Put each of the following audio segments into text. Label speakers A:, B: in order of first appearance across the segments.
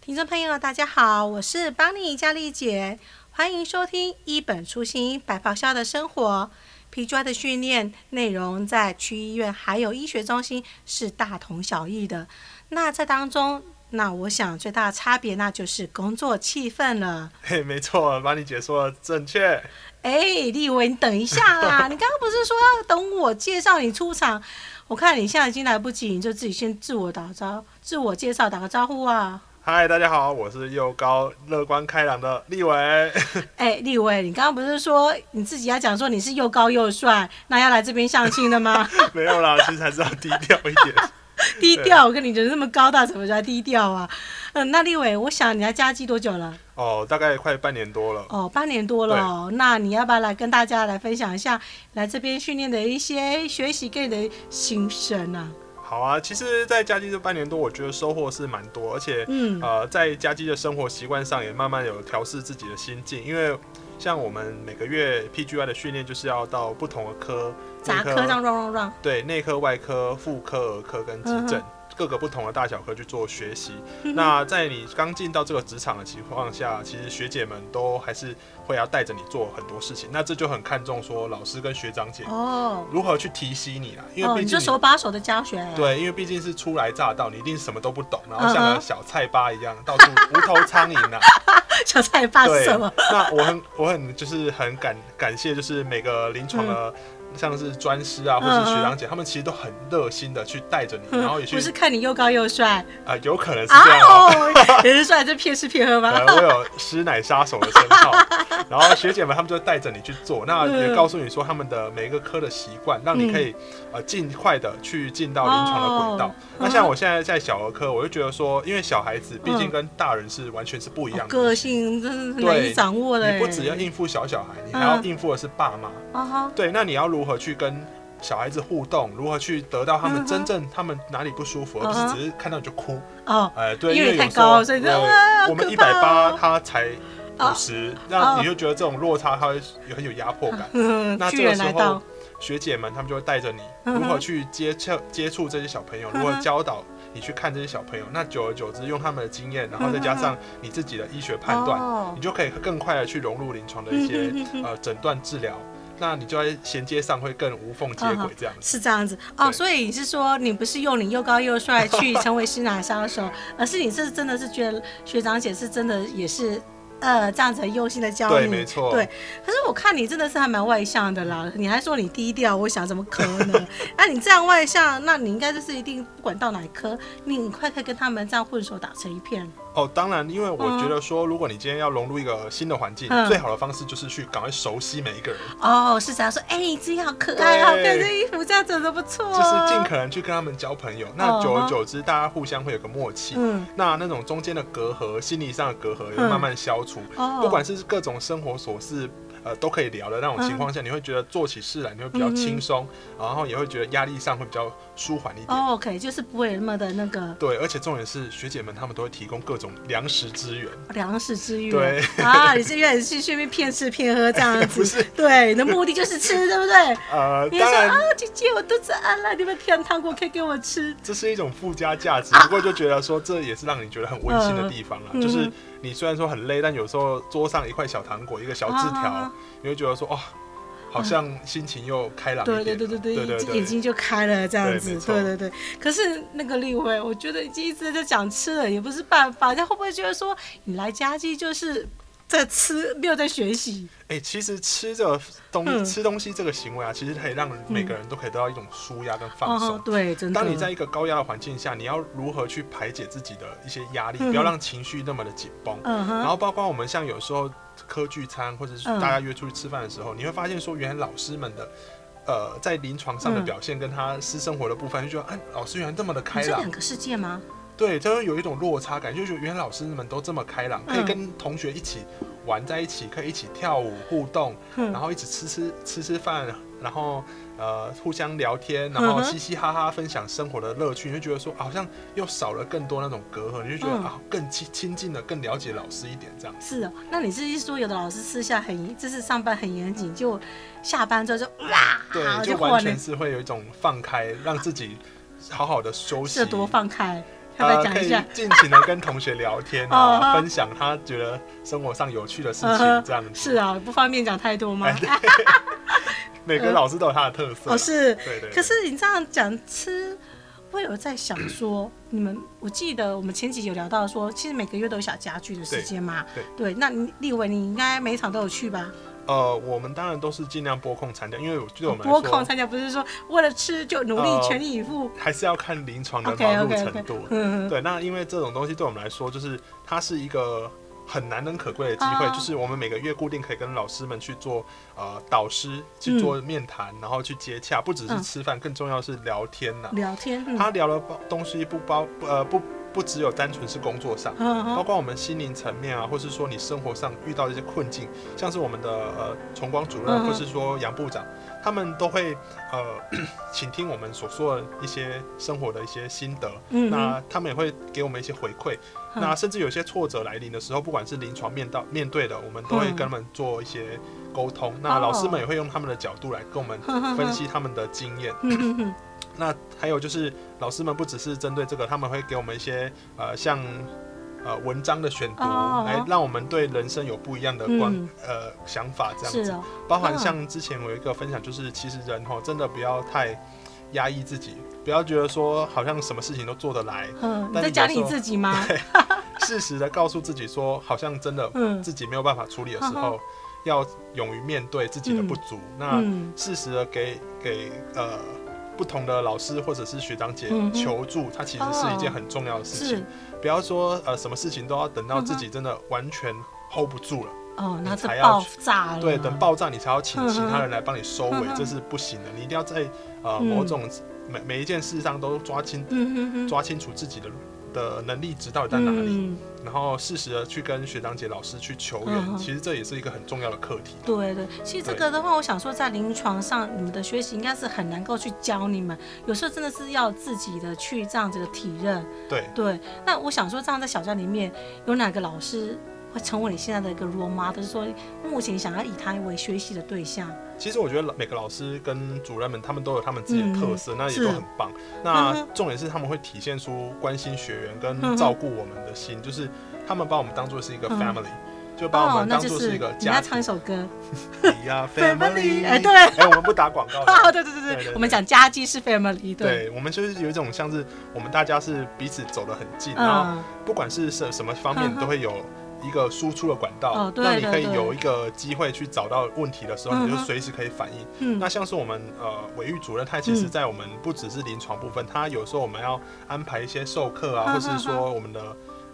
A: 听众朋友，大家好，我是邦尼佳丽姐，欢迎收听《一本初心白咆哮的生活》。皮抓的训练内容在区医院还有医学中心是大同小异的。那在当中，那我想最大的差别那就是工作气氛了。
B: 嘿，没错，把你解说的正确。
A: 哎，立伟，你等一下啦！你刚刚不是说要等我介绍你出场？我看你现在已经来不及，你就自己先自我打招、自我介绍，打个招呼啊！
B: 嗨，大家好，我是又高、乐观、开朗的立伟。
A: 哎，立伟，你刚刚不是说你自己要讲说你是又高又帅，那要来这边相亲的 吗？
B: 没有啦，其实还是要低调一点。
A: 低调，我跟你人那么高大，怎么叫低调啊？嗯，那立伟，我想你来加基多久了？
B: 哦，大概快半年多了。
A: 哦，半年多了、哦。那你要不要来跟大家来分享一下来这边训练的一些学习跟你的心声啊？
B: 好啊，其实，在家基这半年多，我觉得收获是蛮多，而且，
A: 嗯
B: 呃，在家基的生活习惯上也慢慢有调试自己的心境，因为像我们每个月 PGY 的训练就是要到不同的科，
A: 杂
B: 内
A: 科这样 run run run。
B: 对，内科、外科、妇科、儿科跟急诊、
A: 嗯
B: 各个不同的大小科去做学习。那在你刚进到这个职场的情况下，其实学姐们都还是会要带着你做很多事情，那这就很看重说老师跟学长姐
A: 哦
B: 如何去提醒你啦，因
A: 哦，
B: 为
A: 你
B: 毕竟
A: 就
B: 你
A: 手把手的教学、啊。
B: 对，因为毕竟是初来乍到，你一定什么都不懂，然
A: 嗯
B: 后
A: 哼
B: 像个小菜巴一样，到处无头苍蝇啊。
A: 小菜发
B: 对
A: 什么？，
B: 那我很我很就是很感感谢，就是每个临床的。像是专师啊，或
A: 嗯嗯嗯
B: 是学长姐，他们其实都很热心的去带着你，然后也去
A: 不是看你又高又帅
B: 啊，有可能是
A: 啊
B: 这样哦。
A: 哦，也是帅这骗吃骗喝吗
B: 呃，？我有师奶杀手的称号， 然后学姐们她们就带着你去做，那
A: 嗯
B: 也告诉你说他们的每一个科的习惯，让你可以呃尽快的去进到临床的轨道
A: 哦。
B: 那像我现在在小儿科，我就觉得说，因为小孩子毕
A: 嗯
B: 竟跟大人是完全是不一样的
A: 哦个
B: 东西，
A: 性真是很难以
B: 对
A: 掌握的。嗯
B: 你不只要应付小小孩，你还要应付的是爸妈。
A: 啊哈，
B: 对，那你要如何去跟小孩子互动，如何去得到他
A: 嗯
B: 们
A: 哼
B: 真正他们哪里不舒服，而不
A: 嗯
B: 是
A: 哼
B: 只是看到你就哭。
A: 哦，
B: 哎，对，
A: 因为
B: 因
A: 你
B: 为
A: 太
B: 有时
A: 高
B: 候
A: 所以就
B: 对
A: 啊
B: 我们
A: 可
B: 一百
A: 怕
B: 八
A: 哦，
B: 他才
A: 啊
B: 五十，
A: 啊
B: 那你就觉得这种落差，他会很有压迫感。
A: 嗯
B: 那，
A: 巨
B: 这个
A: 人
B: 时
A: 来
B: 候
A: 到，，
B: 学姐们她们就会带着你
A: 嗯哼
B: 如何去接触接触这些小朋友，如何
A: 嗯哼
B: 教导你去看这些小朋友。那久而久之，用他们的经验，然后再加上你自己的医学判断，
A: 嗯哦
B: 你就可以更快的去融入临床的一些
A: 嗯哼嗯哼
B: 呃诊断治疗。那你就在衔接上会更无缝接
A: 嗯
B: 轨
A: 哼
B: 这样子。
A: 是这样子哦，
B: 对
A: 所以你是说你不是用你又高又帅去成为师奶杀 手，而是你是真的是觉得学长姐是真的也是。呃，这样子很用心的教你，
B: 对没错
A: 对，可是我看你真的是还蛮外向的啦，你还说你低调，我想怎么可 能？那、你这样外向，那你应该就是一定不管到哪一科，你很快可以跟他们这样混手打成一片。
B: 哦，当然，因为我
A: 嗯
B: 觉得说，如果你今天要融入一个新的环境，
A: 嗯
B: 最好的方式就是去赶快熟悉每一个人，
A: 哦，是这样说，哎、你自己好可爱，啊好
B: 对
A: 看这衣服，这样整的不错、
B: 就
A: 啊，
B: 是尽可能去跟他们交朋友。
A: 嗯
B: 那久而久之，大家互相会有个默契。
A: 嗯，
B: 那那种中间的隔阂，心理上的隔阂也会
A: 嗯
B: 慢慢消除。
A: 哦，
B: 不管是各种生活琐事，呃，都可以聊的那种情况下，你会觉得做起事来你会比较轻松，然后也会觉得压力上会比较舒缓一点。
A: 嗯哦，OK，就是不会那么的那个
B: 对，而且重点是学姐们她们都会提供各种粮食资源。
A: 粮食之欲。
B: 对
A: 啊，你是愿意去顺便骗吃骗喝这样
B: 不
A: 子
B: 是，
A: 对，你的目的就是吃，对不 对？
B: 呃，
A: 你就
B: 当
A: 说
B: 然
A: 啊，姐姐，我肚子饿了，你们甜糖果可以给我吃。
B: 这是一种附加价值，不过就觉得说这也是让你觉得很温馨的地方啦。
A: 嗯
B: 就是你虽然说很累，但有时候桌上一块小糖果、一个小纸条
A: 啊，
B: 你会觉得说哦，好像心情又开朗
A: 对
B: 一
A: 对
B: 点了。
A: 对对对，眼
B: 啊对
A: 睛
B: 对，
A: 眼睛就开了这样
B: 对
A: 子
B: 没，错
A: 对对对。可是那个立威，我觉得已经一直在讲吃了，也不是办法。他会不会觉得说你来家鸡就是在吃，没有在学习？
B: 哎、其实吃这个东、
A: 嗯
B: 吃东西这个行为啊，其实可以让每个人都可以得到一种舒压跟放松。
A: 哦，对，真的。
B: 当你在一个高压的环境下，你要如何去排解自己的一些压力，
A: 嗯
B: 不要让情绪那么的紧绷。
A: 嗯哼，
B: 然后包括我们像有时候科聚餐或者是
A: 嗯
B: 大家约出去吃饭的时候，你会发现说，原来老师们的呃在临床上的
A: 嗯
B: 表现跟他私生活的部分，就觉得哎，老师原来这么的开
A: 你这
B: 朗
A: 两，个世界吗？
B: 对，就会有一种落差感，就觉得原来老师们都这么开朗，可以
A: 嗯
B: 跟同学一起玩在一起，可以一起跳舞互动，
A: 嗯
B: 然后一起吃吃吃吃饭。然后呃互相聊天，然后
A: 嗯哼
B: 嘻嘻哈哈分享生活的乐趣，你就觉得说啊好像又少了更多那种隔阂，你就觉得、
A: 嗯
B: 啊更亲亲近的、更了解老师一点这样。
A: 是哦，那你是意思说有的老师私下很严，就是上班很严谨，就下班之后就哇，
B: 对，就
A: 就
B: 完
A: 换了
B: 全，是会有一种放开，让自己好好的休息
A: 是，多放开，要不
B: 呃
A: 要，讲
B: 可
A: 一
B: 以
A: 下？
B: 尽情的跟同学 聊天啊，
A: 哦
B: 分享他觉得生活上有趣的事
A: 嗯
B: 情
A: 哼
B: 这样子。哎
A: 是啊，不方便讲太 多吗？哎
B: 每个老师都有他的特色啦。啊
A: 哦，是。
B: 对对。
A: 可是你这样讲吃，我有在想说，你们我记得我们前几集有聊到说，其实每个月都有小家具的时间嘛。
B: 对
A: 对，那你立伟，你应该每一场都有去吧？
B: 呃，我们当然都是尽量拨空参加，因为我对我们来
A: 哦播控
B: 说
A: 参加不是说为了吃就努力
B: 呃
A: 全力以赴。
B: 还是要看临床的
A: OK
B: 忙碌
A: OK
B: 程
A: OK，
B: 度。
A: 嗯，
B: 对，那因为这种东西对我们来说，就是它是一个很难能可贵的机会，
A: 啊
B: 就是我们每个月固定可以跟老师们去做呃导师去做面谈，然后去接洽，不只是
A: 嗯
B: 吃饭，更重要是聊天呐、
A: 聊天，嗯，
B: 他聊的东西不包呃不不只有单纯是工作上。
A: 嗯
B: 包
A: 嗯
B: 括我们心灵层面啊，或是说你生活上遇到的一些困境，像是我们的呃崇光主任，
A: 嗯哼
B: 或是说杨部长，他们都会呃 倾听我们所说的一些生活的一些心得，
A: 嗯嗯
B: 那他们也会给我们一些回馈。
A: 嗯
B: 那甚至有些挫折来临的时候，不管是临床面到面对的，我们都会
A: 嗯
B: 跟他们做一些沟通。那
A: 哦
B: 老师们也会用他们的角度来跟我们
A: 哼哼哼
B: 分析他们的经验。
A: 嗯嗯嗯，
B: 那还有就是，老师们不只是针对这个，他们会给我们一些呃，像呃文章的选读，
A: 哦
B: 来让我们对人生有不一样的观、
A: 嗯
B: 呃想法，这样
A: 是
B: 子。
A: 哦，
B: 包含
A: 嗯
B: 像之前有一个分享，就是其实人吼真的不要太压抑自己，不要觉得说好像什么事情都做得来，
A: 嗯，你
B: 但
A: 在
B: 你
A: 讲
B: 有
A: 你
B: 时候
A: 自己吗？
B: 适时的告诉自己说，好像真的
A: 嗯
B: 自己没有办法处理的时
A: 呵
B: 候，要勇于面对自己的不足。那
A: 嗯
B: 适时的给给呃不同的老师或者是学长姐
A: 嗯哼哦
B: 求助，它其实是一件很重要的事情
A: 是。
B: 不要说呃什么事情都要等到
A: 嗯哼
B: 自己真的完全 hold 不住了，
A: 哦，那
B: 你
A: 这
B: 才要
A: 爆炸了，
B: 对，等，爆炸你才要请
A: 嗯哼
B: 其他人来帮你收尾
A: 嗯，哼
B: 这是不行的。你一定要在呃
A: 嗯
B: 某种每每一件事上都抓清
A: 嗯嗯嗯，
B: 抓清楚自己的的能力值到底在哪里。
A: 嗯
B: 然后适时的去跟学长姐、老师去求援，
A: 嗯哼
B: 其实这也是一个很重要的课题。
A: 对对，其实这个的话，我想说，在临床上，你们的学习应该是很能够去教你们，有时候真的是要自己的去这样子的体认。
B: 对，
A: 对，那我想说，这样在小站里面，有哪个老师会成为你现在的一个 role model，就是说目前想要以他为学习的对象？
B: 其实我觉得每个老师跟主任们，他们都有他们自己的特色，那也
A: 是
B: 都很棒。
A: 嗯
B: 那
A: 哼
B: 重点是他们会体现出关心学员跟
A: 嗯哼
B: 照顾我们的心，就是他们把我们当做是一个
A: 嗯
B: family，、就把我
A: 哦，
B: 们
A: 那
B: 当
A: 就
B: 做是一个
A: 你
B: 家
A: 要唱
B: 庭
A: 一首歌。
B: 呀
A: family，
B: family。
A: 哎对
B: 哎，我们不打广告的。
A: 哦，对对对
B: 对
A: 对，
B: 对
A: 我们讲家鸡是 family，对，
B: 对，我们就是有一种像是我们大家是彼此走得很近，然后
A: 嗯，
B: 不管是什什么方面
A: 嗯，哼
B: 都会有一个输出的管道
A: 哦，对
B: 让你
A: 对
B: 可以
A: 对
B: 有一个机会去找到问题的时候，
A: 嗯
B: 你就
A: 哼
B: 随时可以反应。
A: 嗯
B: 那像是我们呃韦玉主任，他其实
A: 嗯
B: 在我们不只是临床部分，他有时候我们要安排一些授课啊，
A: 嗯
B: 或是说我们的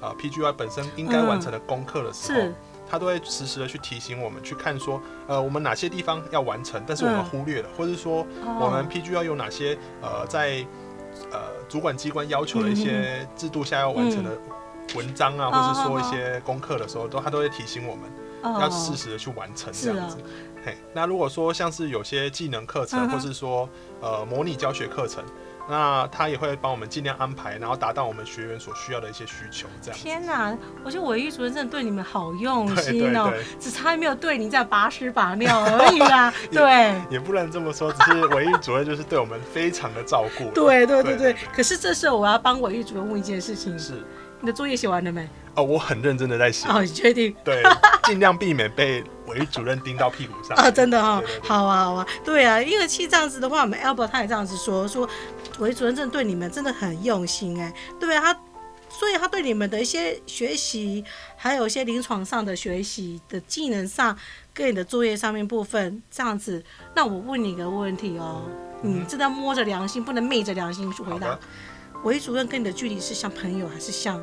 B: 呃 PGY 本身应该完成的功课的时候
A: 是，，
B: 他都会时时的去提醒我们去看说，呃，我们哪些地方要完成，但是我们
A: 嗯哦
B: 忽略了，或是说哦我
A: 我
B: 们 PGY 有哪些呃在呃主管机关要求的一些制度下要完成的文章啊，
A: 嗯
B: 或是说
A: 嗯嗯
B: 一些功课的时候，都他都会提醒我们。
A: 哦
B: 要适时的去完成这样子
A: 是。啊
B: 嘿，那如果说像是有些技能课程，
A: 嗯哼
B: 或是说呃模拟教学课程，那他也会帮我们尽量安排，然后达到我们学员所需要的一些需求，这样。
A: 天哪！我觉得韦玉主任真的对你们好用
B: 对对
A: 心哦，
B: 对，
A: 只差没有对你在把屎把尿而已啦。对，
B: 也不能这么说，只是唯一主任就是对我们非常的照顾。，
A: 对，对，对，
B: 对
A: 对
B: 对。
A: 可是这时候我要帮韦玉主任问一件事情：
B: 是
A: 你的作业写完了没？
B: 哦，我很认真的在写，
A: 哦，你确定？
B: 对，尽量避免被唯一主任盯到屁股上。
A: 啊，真的哦
B: 对对，对
A: 好啊，好啊，对啊，因为其实这样子的话，我们 Albert 他也这样子说，说韦主任真的对你们真的很用心哎、对啊，他所以他对你们的一些学习，还有一些临床上的学习的技能上，跟你的作业上面部分这样子，那我问你一个问题哦，你
B: 嗯
A: 真的摸着良心，不能昧着良心去回
B: 好
A: 答
B: 的，，
A: 韦主任跟你的距离是像朋友还是像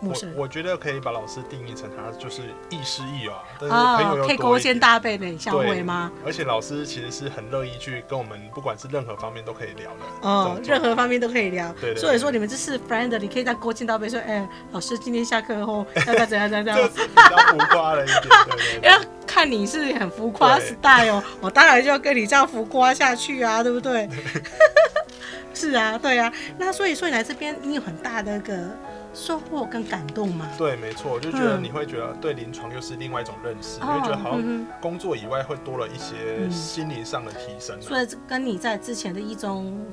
A: 陌
B: 我
A: 生人。
B: 我觉得可以把老师定义成他就是亦师亦友啊，但是朋
A: 啊
B: 友，又
A: 可以
B: 多
A: 勾
B: 一点
A: 肩。搭背的相会
B: 对
A: 吗？？
B: 而且老师其实是很乐意去跟我们，不管是任何方面都可以聊的。
A: 哦，
B: 这种
A: 任何方面都可以聊。
B: 对对对
A: 所以说你们这是 friend，你可以在勾肩搭背说，哎、 老师今天下课后要不要怎样怎样怎
B: 这
A: 样
B: 个？是比较浮夸了一点，对对对
A: 要看你是很浮夸
B: 对
A: style，哦我当然就要跟你这样浮夸下去啊，对不对？ 是啊，对啊。那所以说你来这边，你有很大的一个收获跟感动嘛？
B: 对，没错，我就觉得
A: 嗯
B: 你会觉得对临床又是另外一种认识，你
A: 哦
B: 会觉得好
A: 嗯
B: 像工作以外会多了一些
A: 嗯
B: 心灵上的提升啊，
A: 所以这跟你在之前的一中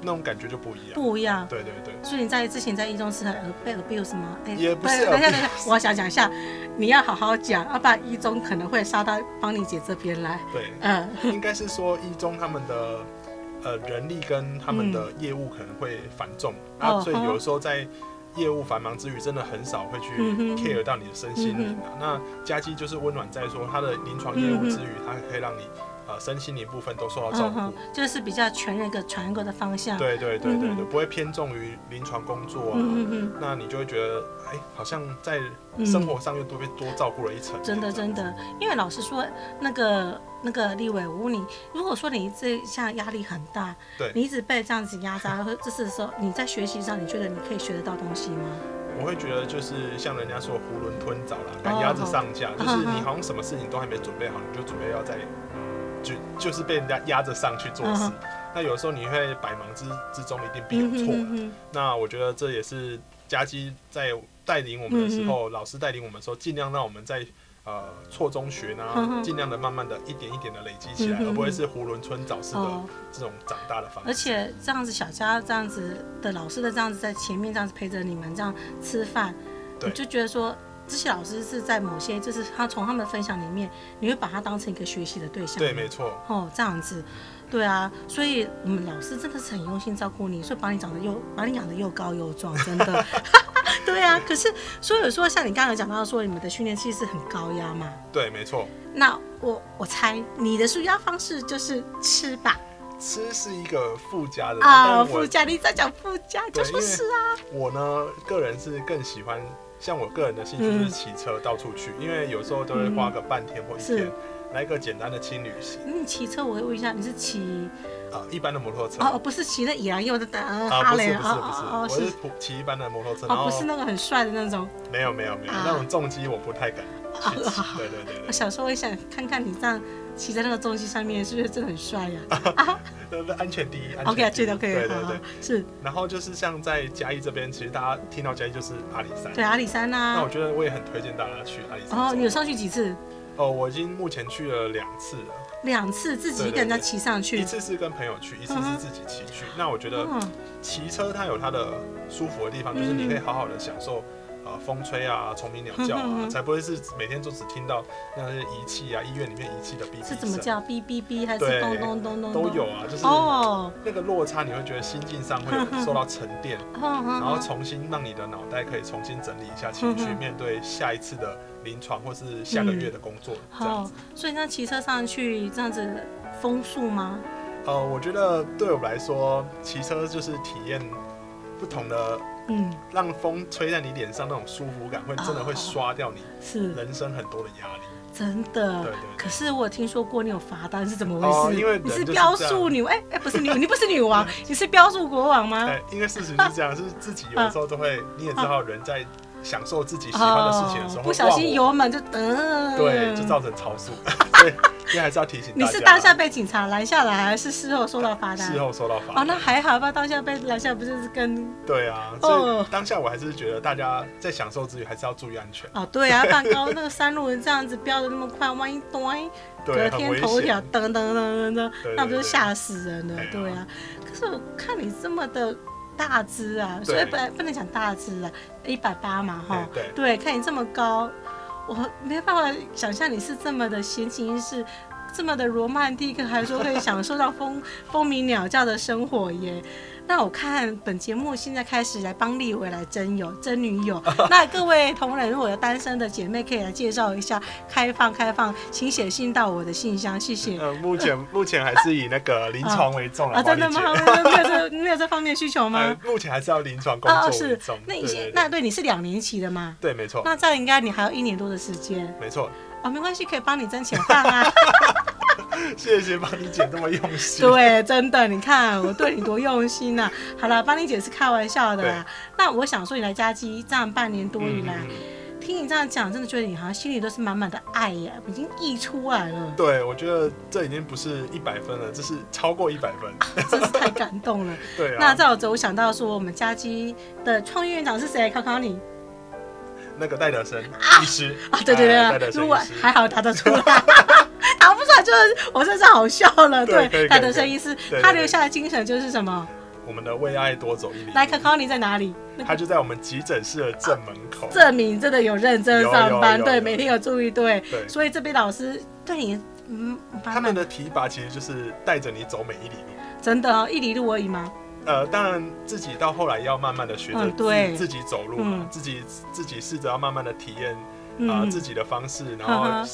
B: 那种感觉就不一样。
A: 不一样。
B: 对对对，
A: 所以你在之前在一中是很被 abuse 吗？哎
B: 也不是
A: 等一下，等一下，我想讲一下，你要好好讲，要不然一中可能会杀到邦尼姐这边来。
B: 对，
A: 嗯，
B: 应该是说一中他们的呃人力跟他们的业务可能会繁重、
A: 嗯哦
B: 啊，所以
A: 哦
B: 有时候在业务繁忙之余，真的很少会去
A: 嗯哼嗯
B: care 到你的身心灵啊。那佳期就是温暖在说，他的临床业务之余，它可以让你呃身心灵部分都受到照
A: 嗯
B: 顾。
A: 哼，就是比较全人一个全国的方向。
B: 对对对对
A: 嗯
B: 对，
A: 哼
B: 不会偏重于临床工作啊。
A: 嗯嗯
B: 那你就会觉得，哎，好像在
A: 嗯
B: 生活上又多被多照顾了一层。
A: 嗯，真的
B: 这样
A: 真的，因为老实说，那个那个立伟，我问你，如果说你这项压力很大，
B: 对
A: 你一直被这样子压榨，或这是的时候，你在学习上，你觉得你可以学得到东西吗？
B: 我会觉得就是像人家说囫囵吞枣啦，
A: 哦
B: 赶鸭子上架，就是
A: 嗯
B: 你好像什么事情都还没准备好，你就准备要在就就是被人家压着上去做事
A: 嗯。
B: 那有时候你会百忙之之中一定必
A: 嗯
B: 有
A: 哼
B: 错
A: 嗯
B: 啦。
A: 哼，
B: 那我觉得这也是佳基在带领我们的时
A: 嗯
B: 候，老师带领我们的时候，尽量让我们在。呃，错中学
A: 嗯
B: 呢
A: 哼，
B: 尽量的慢慢的一点一点的累积起来，
A: 嗯哼
B: 而不会是囫囵吞枣式的
A: 哦
B: 这种长大的方式。
A: 而且这样子小家这样子的老师的这样子在前面这样子陪着你们这样吃饭，
B: 对
A: 你就觉得说这些老师是在某些就是他从他们的分享里面，你会把他当成一个学习的对象。
B: 对，没错，
A: 哦，这样子，对啊，所以我们老师真的是很用心照顾你，所以把你长得又把你养得又高又壮，真 的。对啊，可是所以有时候像你刚才讲到说，你们的训练其实是很高压嘛。
B: 对，没错。
A: 那我我猜你的舒压方式就是吃吧，
B: 吃是一个附加的但
A: 啊，
B: 我
A: 附加你在讲附加就
B: 对
A: 说是啊，
B: 我呢，个人是更喜欢，像我个人的兴趣就是骑车到处去，因为有时候都会花个半天或一
A: 嗯
B: 天
A: 是，
B: 来个简单的轻旅行
A: 你骑车我会问一下，你是骑
B: 啊、一般的摩托车
A: 哦哦不是骑那野狼用的呃
B: 啊、
A: 哈
B: 不
A: 雷
B: 是
A: 啊
B: 不是不是，
A: 哦哦哦
B: 我
A: 是
B: 是普骑一般的摩托车，然
A: 哦不
B: 后
A: 是那个很帅的那种，
B: 没有没有没有、
A: 啊
B: 那种重机我不太敢去骑，
A: 啊
B: 对对对
A: 我
B: 对
A: 小时候也想看看你这样骑在那个重机上面是不是真的很帅呀、
B: 对对，安全第一，安
A: OK，
B: 全
A: 啊
B: 第
A: 这
B: 一
A: 都可以，
B: 啊对
A: 好
B: 对
A: 好
B: 对。
A: 是
B: 然后就是像在嘉义这边，其实大家听到嘉义就是阿里山，
A: 对阿里山
B: 那我
A: 呐、
B: 觉得我也很推荐大家去阿里山走
A: 哦，
B: 走。
A: 你有上去几次？
B: 哦，我已经目前去了两次了。
A: 两次，自己一个人家骑上去。
B: 一次是跟朋友去，一次是自己骑去。那我觉得
A: 嗯
B: 骑车它有它的舒服的地方，就是你可以好好的享受。呃，风吹啊，虫鸣鸟叫
A: 嗯嗯
B: 啊，
A: 嗯
B: 才不会是每天就只听到那些仪器啊，医院里面仪器的哔哔
A: 是怎么
B: 声
A: 叫？哔哔哔还是
B: 对
A: 咚咚咚咚？
B: 都有。啊，就是
A: 哦，
B: 那个落差，你会觉得心境上会
A: 嗯嗯
B: 有受到沉淀，
A: 嗯嗯
B: 然后
A: 嗯
B: 重新让你的脑袋可以重新整理一下情绪
A: 嗯，嗯
B: 面对下一次的临床或是下个月的工作这样
A: 嗯好
B: 子。，
A: 哦所以那骑车上去这样子风速吗？
B: 呃，我觉得对我来说，骑车就是体验不同的
A: 嗯，
B: 让风吹在你脸上那种舒服感，会真的
A: 哦
B: 会刷掉你
A: 是
B: 人生很多的压力。
A: 真
B: 对
A: 的。
B: 对
A: 可是我听说过你有罚单是怎么回
B: 哦
A: 事？
B: 因为人
A: 你
B: 就是是
A: 标
B: 这样
A: 速女，哎哎，不是女，你不是女 王，你是标速国王吗？
B: 对，因为事实哎是这样，是自己有的时
A: 嗯
B: 候都会，你也知道，人在享受自己喜欢的事情的时候，
A: 嗯哦不小心
B: 忘
A: 油门就噔，
B: 我对，就造成超 速。所以，所以还是要提醒
A: 你
B: 大家。
A: 是当下被警察拦下来，还是事后收到罚单？
B: 事后收到罚
A: 哦，
B: 单
A: 那哦还好吧，当下被拦下不就是跟
B: 对啊，所以当下我还是觉得大家在享受之余，还是要注意安全。
A: 哦对啊，放高那个山路这样子飙的那么快，万一端
B: 对，啊
A: 隔
B: 很
A: 天
B: 危
A: 头条
B: 险。
A: 噔噔噔噔噔，
B: 对
A: 那不就
B: 对对
A: 吓死人了
B: 哎？呀
A: 对啊，可是我看你这么的大只啊，
B: 对
A: 所以不不能讲大只啊，一百八嘛哈
B: 哎，对
A: 对，看你这么高，我没办法想象你是这么的闲情逸致。这么的罗曼蒂克，还说可以享受到风风鸣鸟叫的生活耶。那我看本节目现在开始来帮立伟来征友、征女 友。那各位同仁，如果有单身的姐妹，可以来介绍一下，开放开放，请写信到我的信箱，谢谢。
B: 呃，目前目前还是以那个临床为重
A: 啊，
B: 了，
A: 真的
B: 华丽姐
A: 吗？ 没有这没有这方面需求
B: 呃
A: 吗？，啊
B: 目前还是要临床工
A: 哦，
B: 作为
A: 是
B: 重。。
A: 那你
B: 对
A: 现
B: 对
A: 那对你是两年期的吗？
B: 对，没错，
A: 那这样应该你还有一年多的时间
B: 没错。
A: 哦，没关系，可以帮你争钱饭啊。
B: 谢谢帮你姐这么用心。
A: 对，真的，你看我对你多用心呐、好了，邦妮姐是开玩笑的啦。那我想说，你来家基这样半年多以来，
B: 嗯嗯
A: 听你这样讲，真的觉得你好像心里都是满满的爱耶，已经溢出来 了，
B: 对，我觉得这已经不是一百分了，这是超过一百分。
A: 真是太感动了。
B: 对
A: 啊那
B: 啊，
A: 再有则我想到说，我们家基的创意院长是谁？考考你
B: 那个戴德生医师
A: 啊！对对
B: 哎
A: 对，
B: 戴德
A: 如
B: 生
A: 果
B: 医师，
A: 还好答得出来。 答不出来就是我真是好笑了，
B: 对可以可以
A: 戴德生
B: 可以
A: 医师
B: 对对
A: 他
B: 对
A: 留下的精神就是什么？
B: 我们的为爱多走一里路
A: 来，考考你在哪里？那个
B: 他就在我们急诊室的正门口。
A: 证明真的有认真上班，
B: 有有有
A: 对，
B: 有
A: 每天有注意，对，
B: 对，
A: 所以这边老师对你，嗯，
B: 他们的提拔其实就是带着你走每一里路。
A: 真的哦，一里路而已吗？
B: 呃，当然自己到后来要慢慢的学着
A: 嗯
B: 自、
A: 对
B: 自己走路嘛，
A: 嗯
B: 自己自己试着要慢慢的体验
A: 嗯，
B: 啊、自己的方式，然
A: 呵呵
B: 后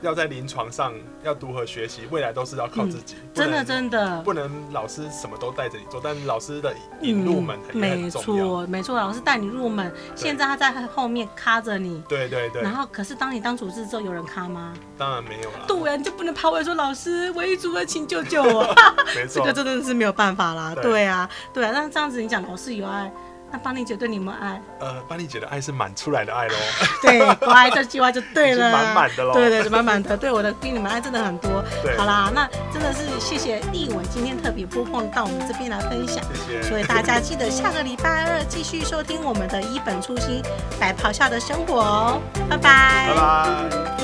B: 要在临床上要如何学习，未来都是要靠自己。不
A: 嗯真的
B: 能
A: 真的。
B: 不能老师什么都带着你做，但老师的引入门
A: 嗯
B: 很也
A: 没
B: 很重要。
A: 错，没错，老师带你入门，现在他在后面卡着你，
B: 对对对
A: 然，后可是当你当主治之后，有人卡吗？
B: 当然没有啦。
A: 对呀，你就不能跑过来说老师，我一主任，请救救我，
B: 没
A: 这
B: 错
A: 个，真的是没有办法啦。
B: 对
A: 对啊，对啊，那这样子你讲老师有爱，那邦妮姐对你们爱，
B: 呃，班丽姐的爱是满出来的 爱喽。
A: 对，我爱这句话就对了，
B: 是满满的咯
A: 对对，是满满的。对我的比你们爱真的很多。
B: 对
A: 好，啦，那真的是谢谢立伟今天特别拨空到我们这边来分享。
B: 谢
A: 所
B: 谢，
A: 以大家记得下个礼拜二继续收听我们的《一本初心白咆哮的生活》哦，拜拜
B: 拜拜。